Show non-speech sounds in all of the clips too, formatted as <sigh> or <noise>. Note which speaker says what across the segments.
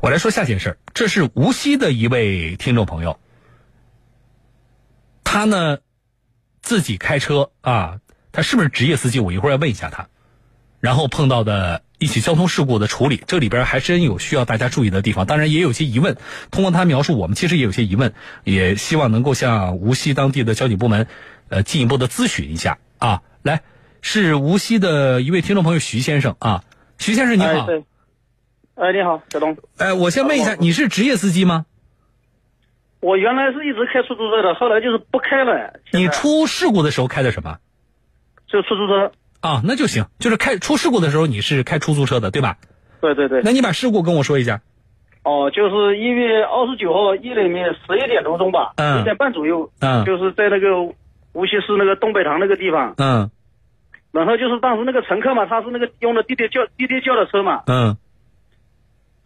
Speaker 1: 我来说下件事儿，这是无锡的一位听众朋友，他呢自己开车啊，他是不是职业司机？我一会儿要问一下他。然后碰到的一起交通事故的处理，这里边还真有需要大家注意的地方。当然也有些疑问，通过他描述，我们其实也有些疑问，也希望能够向无锡当地的交警部门，呃，进一步的咨询一下啊。来，是无锡的一位听众朋友徐先生啊，徐先生你
Speaker 2: 哎
Speaker 1: 好，
Speaker 2: 对，哎，你好，小东。
Speaker 1: 呃，我先问一下，
Speaker 2: 呃我
Speaker 1: 你是职业司机吗？
Speaker 2: 我原来是一直开出租车的，后来就是不开了。
Speaker 1: 你
Speaker 2: 现在
Speaker 1: 出事故的时候开的什么？
Speaker 2: 就出租车？
Speaker 1: 啊，那就行，就是开出事故的时候你是开出租车的，对吧？
Speaker 2: 对对对。
Speaker 1: 那你把事故跟我说一下。
Speaker 2: 哦，就是一月二十九号夜里面十一点多钟吧，
Speaker 1: 嗯
Speaker 2: 一点半左右，
Speaker 1: 嗯
Speaker 2: 就是在那个无锡市那个东北塘那个地方。
Speaker 1: 嗯
Speaker 2: 然后就是当时那个乘客嘛，他是那个用的滴滴叫滴滴叫的车嘛，
Speaker 1: 嗯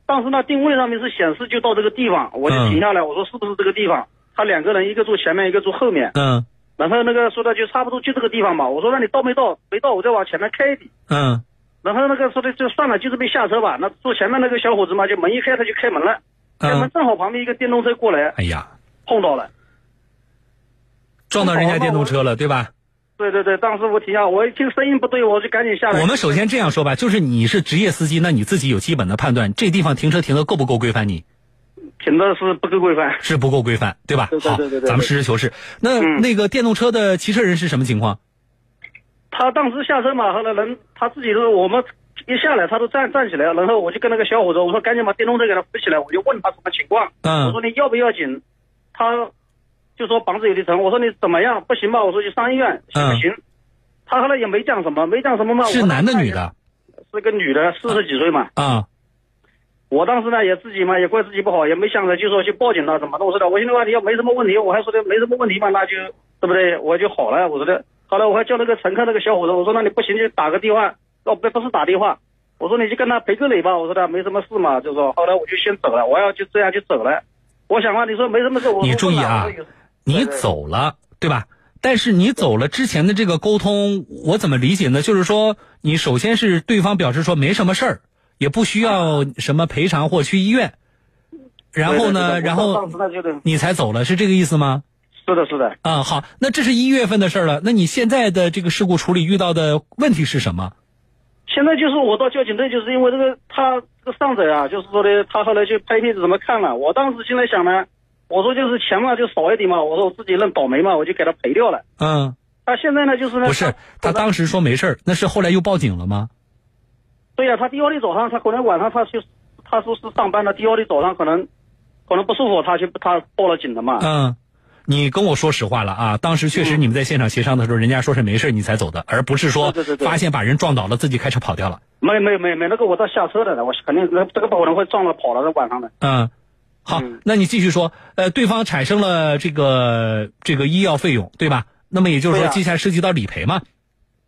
Speaker 2: 当时那定位上面是显示就到这个地方，我就
Speaker 1: 嗯
Speaker 2: 停下来，我说是不是这个地方？他两个人，一个住前面，一个住后面。
Speaker 1: 嗯
Speaker 2: 然后那个说的就差不多就这个地方吧。我说那你到没到？没到，我再往前面开一点。
Speaker 1: 嗯
Speaker 2: 然后那个说的就算了，就是没下车吧。那坐前面那个小伙子嘛，就门一开他就开门了，开门
Speaker 1: 嗯，
Speaker 2: 正好旁边一个电动车过来
Speaker 1: 哎呀，
Speaker 2: 碰到了。
Speaker 1: 撞到人家电动车了，对吧？
Speaker 2: 对对对，当时我停下，我一听声音不对，我就赶紧下来。
Speaker 1: 我们首先这样说吧，就是你是职业司机，那你自己有基本的判断，这地方停车停的够不够规范你？
Speaker 2: 停的是不够规范， <laughs>
Speaker 1: 是不够规范，对吧？
Speaker 2: 对对
Speaker 1: 好
Speaker 2: 对对，对
Speaker 1: 咱们实事求是。那
Speaker 2: 嗯
Speaker 1: 那个电动车的骑车人是什么情况？
Speaker 2: 他当时下车嘛，后来人他自己都我们一下来，他都站站起来了，然后我就跟那个小伙子我说赶紧把电动车给他扶起来，我就问他什么情况，
Speaker 1: 嗯
Speaker 2: 我说你要不要紧，他就说膀子有点疼，我说你怎么样，不行吧，我说去上医院行不行？他后来也没讲什么，没讲什么嘛，
Speaker 1: 嗯是
Speaker 2: 我
Speaker 1: 男的
Speaker 2: 当时
Speaker 1: 女的？
Speaker 2: 是个女的，四十几岁嘛。
Speaker 1: 啊？
Speaker 2: 我当时呢也自己嘛也怪自己不好，也没想着就说去报警了怎么的。我说的，我现在话你要没什么问题，我还说的没什么问题嘛，那就对不对？我就好了。我说的，后来我还叫那个乘客那个小伙子，我说那你不行就打个电话，哦不不是打电话，我说你就跟他赔个礼吧。我说的没什么事嘛，就说后来我就先走了，我要就这样就走了。我想啊，你说没什么事，我
Speaker 1: 你注意啊
Speaker 2: 我说有
Speaker 1: 你
Speaker 2: 对对
Speaker 1: 走了，对吧？但是你走了之前的这个沟通，我怎么理解呢？就是说，你首先是对方表示说没什么事儿，也不需要什么赔偿或去医院，然后呢，
Speaker 2: 对对对
Speaker 1: 然
Speaker 2: 我
Speaker 1: 后
Speaker 2: 当时那就对，
Speaker 1: 你才走了，是这个意思吗？
Speaker 2: 是的，是的。
Speaker 1: 啊，好，那这是一月份的事儿了。那你现在的这个事故处理遇到的问题是什么？
Speaker 2: 现在就是我到交警队，就是因为这个他这个上者啊，就是说的他后来去拍片子怎么看了。我当时现在想呢，我说就是钱嘛就少一点嘛，我说我自己认倒霉嘛，我就给他赔掉了。
Speaker 1: 嗯，
Speaker 2: 他现在呢就是呢，
Speaker 1: 不
Speaker 2: <laughs>
Speaker 1: 是，他当时说没事儿，那是后来又报警了吗？
Speaker 2: 对呀、他第二天早上他可能晚上他去，他说是上班的，第二天早上可能可能不舒服，他去他报了警了嘛。
Speaker 1: 嗯，你跟我说实话了啊！当时确实你们在现场协商的时候，人家说是没事儿你才走的，而不是说
Speaker 2: 对对对对
Speaker 1: 发现把人撞倒了自己开车跑掉了。
Speaker 2: 没没没没，那个我到下车了的，我肯定那这个不可能会撞了跑了的晚上的。
Speaker 1: 嗯，好，
Speaker 2: 嗯
Speaker 1: 那你继续说。呃，对方产生了这个这个医药费用，对吧？那么也就是说，
Speaker 2: 对啊
Speaker 1: 接下来涉及到理赔嘛？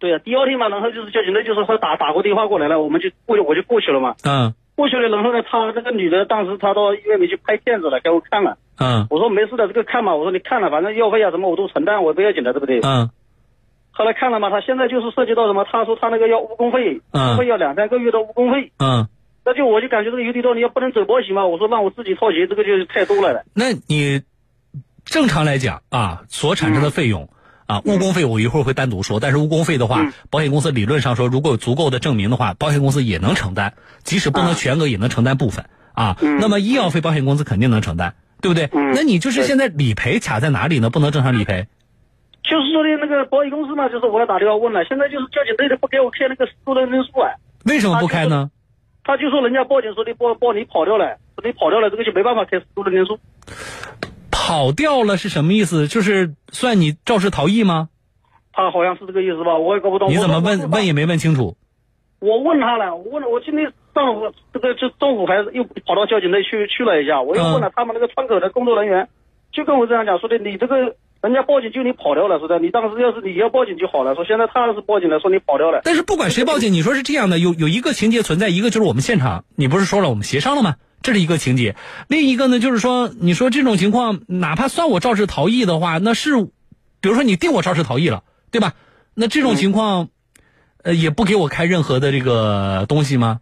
Speaker 2: 对呀、第二天嘛，然后就是交警队就是说打打过电话过来了，我们就过去我就过去了嘛。
Speaker 1: 嗯
Speaker 2: 过去了，然后呢，他那个女的当时她到医院里去拍片子了，给我看了。
Speaker 1: 嗯
Speaker 2: 我说没事的，这个看吧。我说你看了，反正药费啊什么我都承担，我不要紧的，对不对？
Speaker 1: 嗯
Speaker 2: 后来看了嘛，他现在就是涉及到什么，他说他那个要误工费，
Speaker 1: 嗯
Speaker 2: 误工费要两三个月的误工费，
Speaker 1: 嗯。
Speaker 2: 那就我就感觉这个有点道理，要不能走保险嘛。我说让我自己掏钱，这个就是太多了的。
Speaker 1: 那你正常来讲啊，所产
Speaker 2: 嗯
Speaker 1: 生的费用。啊，误工费我一会儿会单独说，但是误工费的话，
Speaker 2: 嗯
Speaker 1: 保险公司理论上说，如果有足够的证明的话，保险公司也能承担，即使不能
Speaker 2: 啊
Speaker 1: 全额，也能承担部分啊。
Speaker 2: 嗯
Speaker 1: 那么医药费保险公司肯定能承担，对不对？
Speaker 2: 嗯
Speaker 1: 那你就是
Speaker 2: 对
Speaker 1: 现在理赔卡在哪里呢？不能正常理赔。
Speaker 2: 就是说的那个保险公司嘛，就是我要打电话问了，现在就是交警队的不给我开那个速的人数啊，
Speaker 1: 为什么不开
Speaker 2: 啊
Speaker 1: 呢？
Speaker 2: 他就说人家报警说的报报你跑掉了，说你跑掉了，这个就没办法开速的人数。
Speaker 1: 跑掉了是什么意思？就是算你肇事逃逸吗？
Speaker 2: 他好像是这个意思吧，我也搞不懂。
Speaker 1: 你怎么
Speaker 2: 哦我说
Speaker 1: 问问也没问清楚？
Speaker 2: 我问他了，我问了，我今天上午这个这中午还又跑到交警队去去了一下，我又问了他们那个窗口的工作人员，就跟我这样讲说的，你这个人家报警就你跑掉了，说的，你当时要是你要报警就好了，说现在他要是报警了，说你跑掉了，
Speaker 1: 但是不管谁报警，你说是这样的，有有一个情节存在，一个就是我们现场，你不是说了我们协商了吗？这是一个情节，另一个呢就是说，你说这种情况，哪怕算我肇事逃逸的话，那是，比如说你定我肇事逃逸了，对吧？那这种情况，呃，也不给我开任何的这个东西吗？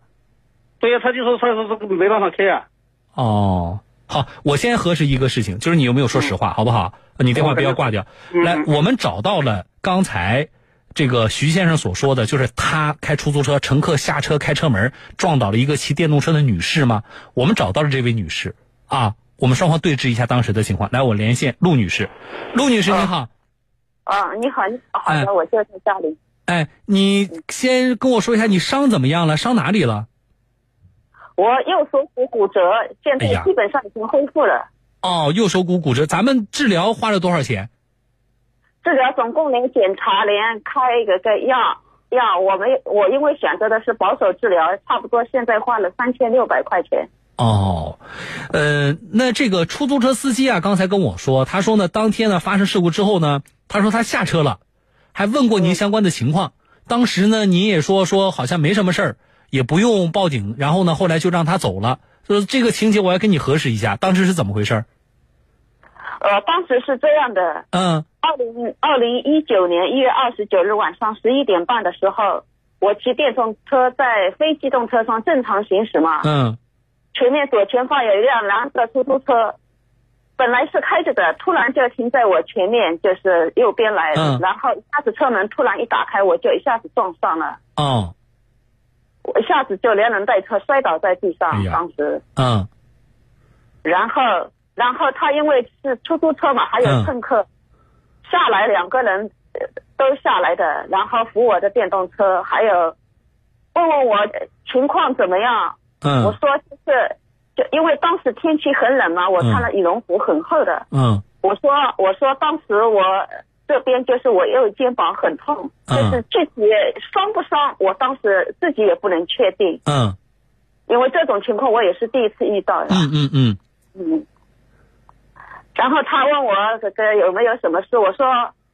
Speaker 2: 对呀、他就说他说这个没办法开啊，
Speaker 1: 哦，好，我先核实一个事情，就是你有没有说实话，好不好？呃你电话不要挂掉。
Speaker 2: 嗯
Speaker 1: 来，我们找到了刚才这个徐先生所说的，就是他开出租车，乘客下车开车门撞倒了一个骑电动车的女士吗？我们找到了这位女士啊，我们双方对峙一下当时的情况。来，我连线陆女士，陆女士你好，
Speaker 3: 啊，你好，你好，好
Speaker 1: 哎
Speaker 3: 的，我就在家里。
Speaker 1: 哎，你先跟我说一下你伤怎么样了，伤哪里了？
Speaker 3: 我右手骨骨折，现
Speaker 1: 哎呀
Speaker 3: 在基本上已经恢复了，
Speaker 1: 哦，右手骨骨折，咱们治疗花了多少钱？
Speaker 3: 治疗总共连检查连开一个个药药，我们我因为选择的是保守治疗，差不多现在花了三千六百块钱。
Speaker 1: 哦，呃，那这个出租车司机啊，刚才跟我说，他说呢，当天呢发生事故之后呢，他说他下车了，还问过您相关的情况。当时呢，您也说说好像没什么事儿，也不用报警。然后呢，后来就让他走了。就是这个情节，我要跟你核实一下，当时是怎么回事儿？
Speaker 3: 呃，当时是这样的，
Speaker 1: 嗯，
Speaker 3: 二零二零一九年一月二十九日晚上十一点半的时候，我骑电动车在非机动车上正常行驶嘛，
Speaker 1: 嗯，
Speaker 3: 前面左前方有一辆蓝色出租车，本来是开着的，突然就停在我前面，就是右边来，
Speaker 1: 嗯
Speaker 3: 然后一下子车门突然一打开，我就一下子撞上了，
Speaker 1: 哦，
Speaker 3: 我一下子就连人带车摔倒在地上，
Speaker 1: 哎呀
Speaker 3: 当时，
Speaker 1: 嗯，
Speaker 3: 然后然后他因为是出租车嘛，还有
Speaker 1: 嗯
Speaker 3: 乘客，下来两个人呃都下来的，然后扶我的电动车，还有问问我呃情况怎么样，我
Speaker 1: 嗯，
Speaker 3: 说就是，就因为当时天气很冷嘛，我穿了羽绒服很厚的。
Speaker 1: 嗯，
Speaker 3: 我说我说当时我这边就是我右肩膀很痛，
Speaker 1: 嗯
Speaker 3: 就是具体伤不伤，我当时自己也不能确定，
Speaker 1: 嗯，
Speaker 3: 因为这种情况我也是第一次遇到的。
Speaker 1: 嗯，嗯，嗯，
Speaker 3: 嗯。然后他问我这个有没有什么事，我说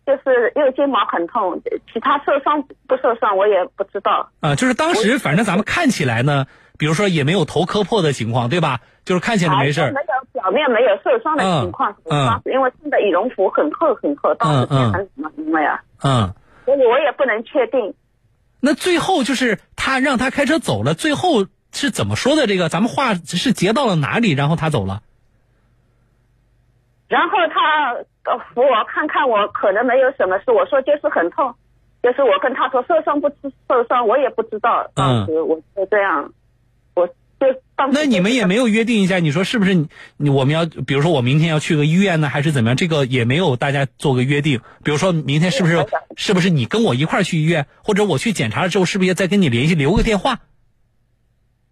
Speaker 3: 就是右肩膀很痛，其他受伤不受伤我也不知道。
Speaker 1: 啊，就是当时反正咱们看起来呢，比如说也没有头磕破的情况，对吧？就是看起来没事儿
Speaker 3: 没。啊有表面没有受伤的情况，
Speaker 1: 嗯
Speaker 3: 当时因为穿的羽绒服很厚很厚，当时天很冷嘛呀，
Speaker 1: 嗯，
Speaker 3: 所以我也不能确定。
Speaker 1: 那最后就是他让他开车走了，最后是怎么说的？这个咱们话是截到了哪里，然后他走了？
Speaker 3: 然后他呃扶我看看我可能没有什么事，我说就是很痛，就是我跟他说受伤不受伤，我也不知道。当时我就这样，我就当时
Speaker 1: 那你们也没有约定一下，你说是不是你？你我们要，比如说我明天要去个医院呢，还是怎么样？这个也没有大家做个约定。比如说明天是不
Speaker 3: 没
Speaker 1: 是
Speaker 3: 有的
Speaker 1: 是不是你跟我一块儿去医院，或者我去检查了之后，是不是也再跟你联系，留个电话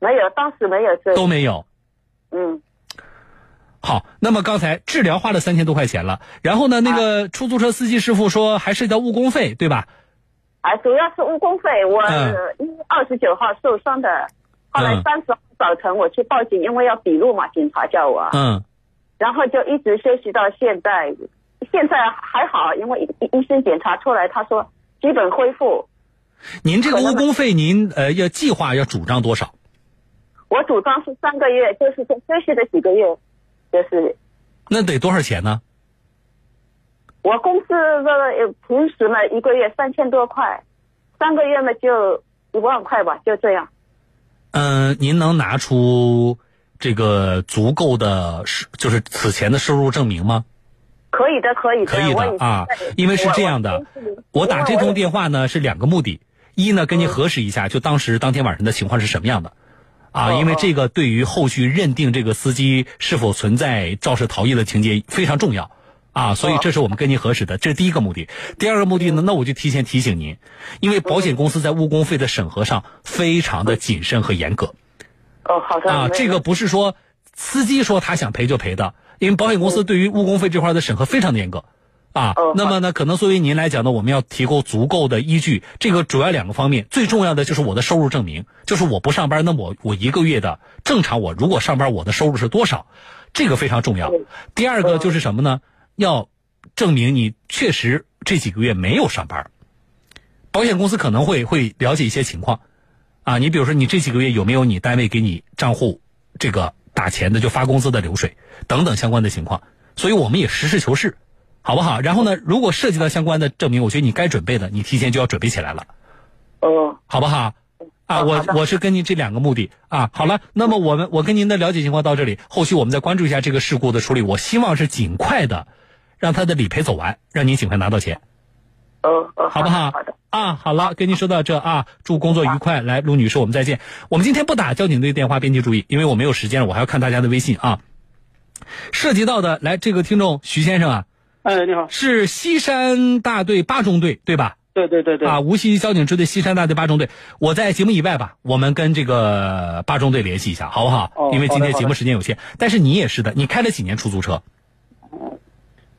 Speaker 3: 没有，当时没有这
Speaker 1: 都没有？
Speaker 3: 嗯
Speaker 1: 好，那么刚才治疗花了三千多块钱了，然后呢，那个出租车司机师傅说还涉及到误工费，对吧？
Speaker 3: 啊，主要是误工费，我
Speaker 1: 嗯
Speaker 3: 一月二十九号受伤的，后来
Speaker 1: 嗯
Speaker 3: 三十号早晨我去报警，因为要笔录嘛，警察叫我。
Speaker 1: 嗯
Speaker 3: 然后就一直休息到现在，现在还好，因为医医生检查出来，他说基本恢复。
Speaker 1: 您这个
Speaker 3: 可能
Speaker 1: 误工费，您呃要计划要主张多少？
Speaker 3: 我主张是三个月，就是说休息的几个月，就是
Speaker 1: 那得多少钱呢？
Speaker 3: 我公司的平时呢一个月三千多块，三个月嘛就一万块吧，就这样。
Speaker 1: 嗯、您能拿出这个足够的是就是此前的收入证明吗？
Speaker 3: 可以的，可以的，
Speaker 1: 可以
Speaker 3: 我已
Speaker 1: 的
Speaker 3: 经
Speaker 1: 啊
Speaker 3: 在，
Speaker 1: 因为是这样的，我打这通电话呢是两个目的，一呢跟
Speaker 3: 嗯
Speaker 1: 您核实一下，就当时当天晚上的情况是什么样的。啊，
Speaker 3: 哦
Speaker 1: 因为这个对于后续认定这个司机是否存在肇事逃逸的情节非常重要啊，所以
Speaker 3: 哦
Speaker 1: 这是我们跟您核实的，这是第一个目的。第二个目
Speaker 3: 嗯
Speaker 1: 的呢，那我就提前提醒您，因为保险公司在误工费的审核上非常的谨慎和严格。
Speaker 3: 哦，好的
Speaker 1: 啊，
Speaker 3: 没
Speaker 1: 这个不是说司机说他想赔就赔的，因为保险公
Speaker 3: 嗯
Speaker 1: 司对于误工费这块的审核非常的严格。啊
Speaker 3: 哦，
Speaker 1: 那么呢，可能作为您来讲呢，我们要提供足够的依据。这个主要两个方面，最重要的就是我的收入证明，就是我不上班，那么我我一个月的正常，我如果上班，我的收入是多少，这个非常重要
Speaker 3: 嗯。
Speaker 1: 第二个就是什么呢？要证明你确实这几个月没有上班，保险公司可能会会了解一些情况，啊，你比如说你这几个月有没有你单位给你账户这个打钱的就发工资的流水等等相关的情况，所以我们也实事求是，好不好？然后呢，如果涉及到相关的证明，我觉得你该准备的，你提前就要准备起来了，
Speaker 3: 哦
Speaker 1: 好不好？啊，
Speaker 3: 哦
Speaker 1: 我
Speaker 3: 好的
Speaker 1: 我是跟您这两个目的啊。好了，那么我们我跟您的了解情况到这里，后续我们再关注一下这个事故的处理。我希望是尽快的让他的理赔走完，让您尽快拿到钱，
Speaker 3: 哦哦，
Speaker 1: 好不
Speaker 3: 好
Speaker 1: 好？
Speaker 3: 的好的，
Speaker 1: 啊，好了，跟您说到这啊，祝工作愉快。来，陆女士，我们再见。我们今天不打交警队电话，编辑注意，因为我没有时间了，我还要看大家的微信啊。涉及到的，来这个听众徐先生啊，
Speaker 2: 哎，你好，
Speaker 1: 是西山大队八中队对吧？
Speaker 2: 对对对对，
Speaker 1: 啊，无锡交警支队西山大队八中队，我在节目以外吧，我们跟这个八中队联系一下，好不好？
Speaker 2: 哦
Speaker 1: 因为今天
Speaker 2: 好的
Speaker 1: 节目时间有限，但是你也是的，你开了几年出租车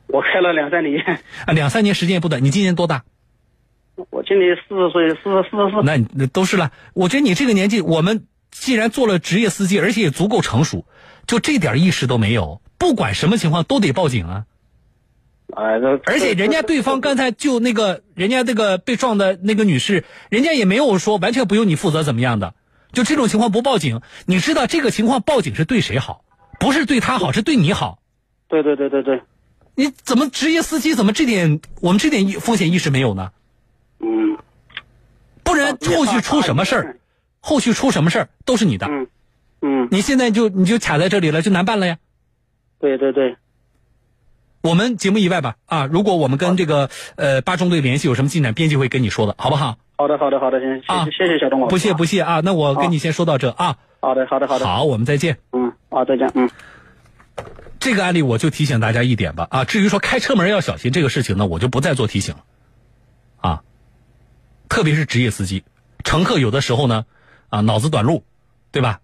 Speaker 2: 我开了两三年，
Speaker 1: 啊？两三年时间也不短，你今年多大？
Speaker 2: 我今年四十岁，四十四十 <laughs> 四，
Speaker 1: 那你那都是了。我觉得你这个年纪，我们既然做了职业司机，而且也足够成熟，就这点意识都没有，不管什么情况都得报警啊！
Speaker 2: 哎，这
Speaker 1: 而且人家对方刚才就那个人家那个被撞的那个女士，人家也没有说完全不用你负责怎么样的，就这种情况不报警，你知道这个情况报警是对谁好？不是对他好，是对你好。
Speaker 2: 对对对对对，
Speaker 1: 你怎么职业司机怎么这点我们这点意风险意识没有呢？
Speaker 2: 嗯
Speaker 1: 不
Speaker 2: 哦
Speaker 1: 然后续出什么事儿，后续出什么事儿都是你的。
Speaker 2: 嗯嗯，
Speaker 1: 你现在就你就卡在这里了，就难办了呀。
Speaker 2: 对对对，
Speaker 1: 我们节目以外吧，啊，如果我们跟这个呃八中队联系有什么进展，编辑会跟你说的，好不好？
Speaker 2: 好的好的好的，行，
Speaker 1: 啊
Speaker 2: 谢谢谢谢小东老师，
Speaker 1: 不谢不谢啊，那我跟你先说到这啊。
Speaker 2: 好的好的好的，
Speaker 1: 好，我们再见。
Speaker 2: 嗯，啊，再见，嗯。
Speaker 1: 这个案例我就提醒大家一点吧，啊，至于说开车门要小心这个事情呢，我就不再做提醒了，啊，特别是职业司机，乘客有的时候呢，啊，脑子短路，对吧？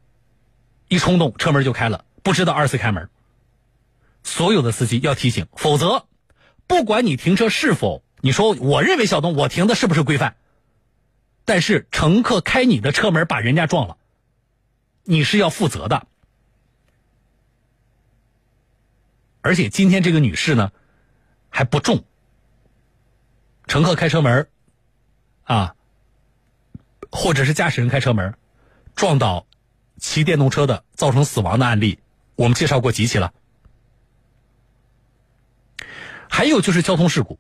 Speaker 1: 一冲动车门就开了，不知道二次开门。所有的司机要提醒，否则，不管你停车是否，你说我认为小东我停的是不是规范，但是乘客开你的车门把人家撞了，你是要负责的。而且今天这个女士呢，还不重。乘客开车门儿啊，或者是驾驶人开车门儿撞倒骑电动车的，造成死亡的案例，我们介绍过几起了。还有就是交通事故，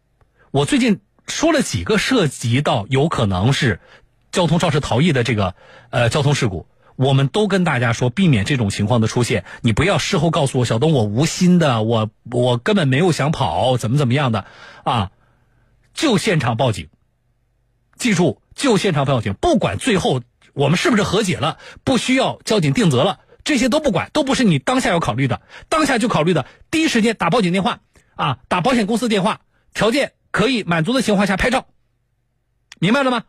Speaker 1: 我最近说了几个涉及到有可能是交通肇事逃逸的这个呃交通事故，我们都跟大家说，避免这种情况的出现。你不要事后告诉我，小东，我无心的，我我根本没有想跑，怎么怎么样的啊，就现场报警。记住，就现场报警，不管最后我们是不是和解了，不需要交警定责了，这些都不管，都不是你当下要考虑的。当下就考虑的，第一时间打报警电话啊，打保险公司电话，条件可以满足的情况下拍照，明白了吗？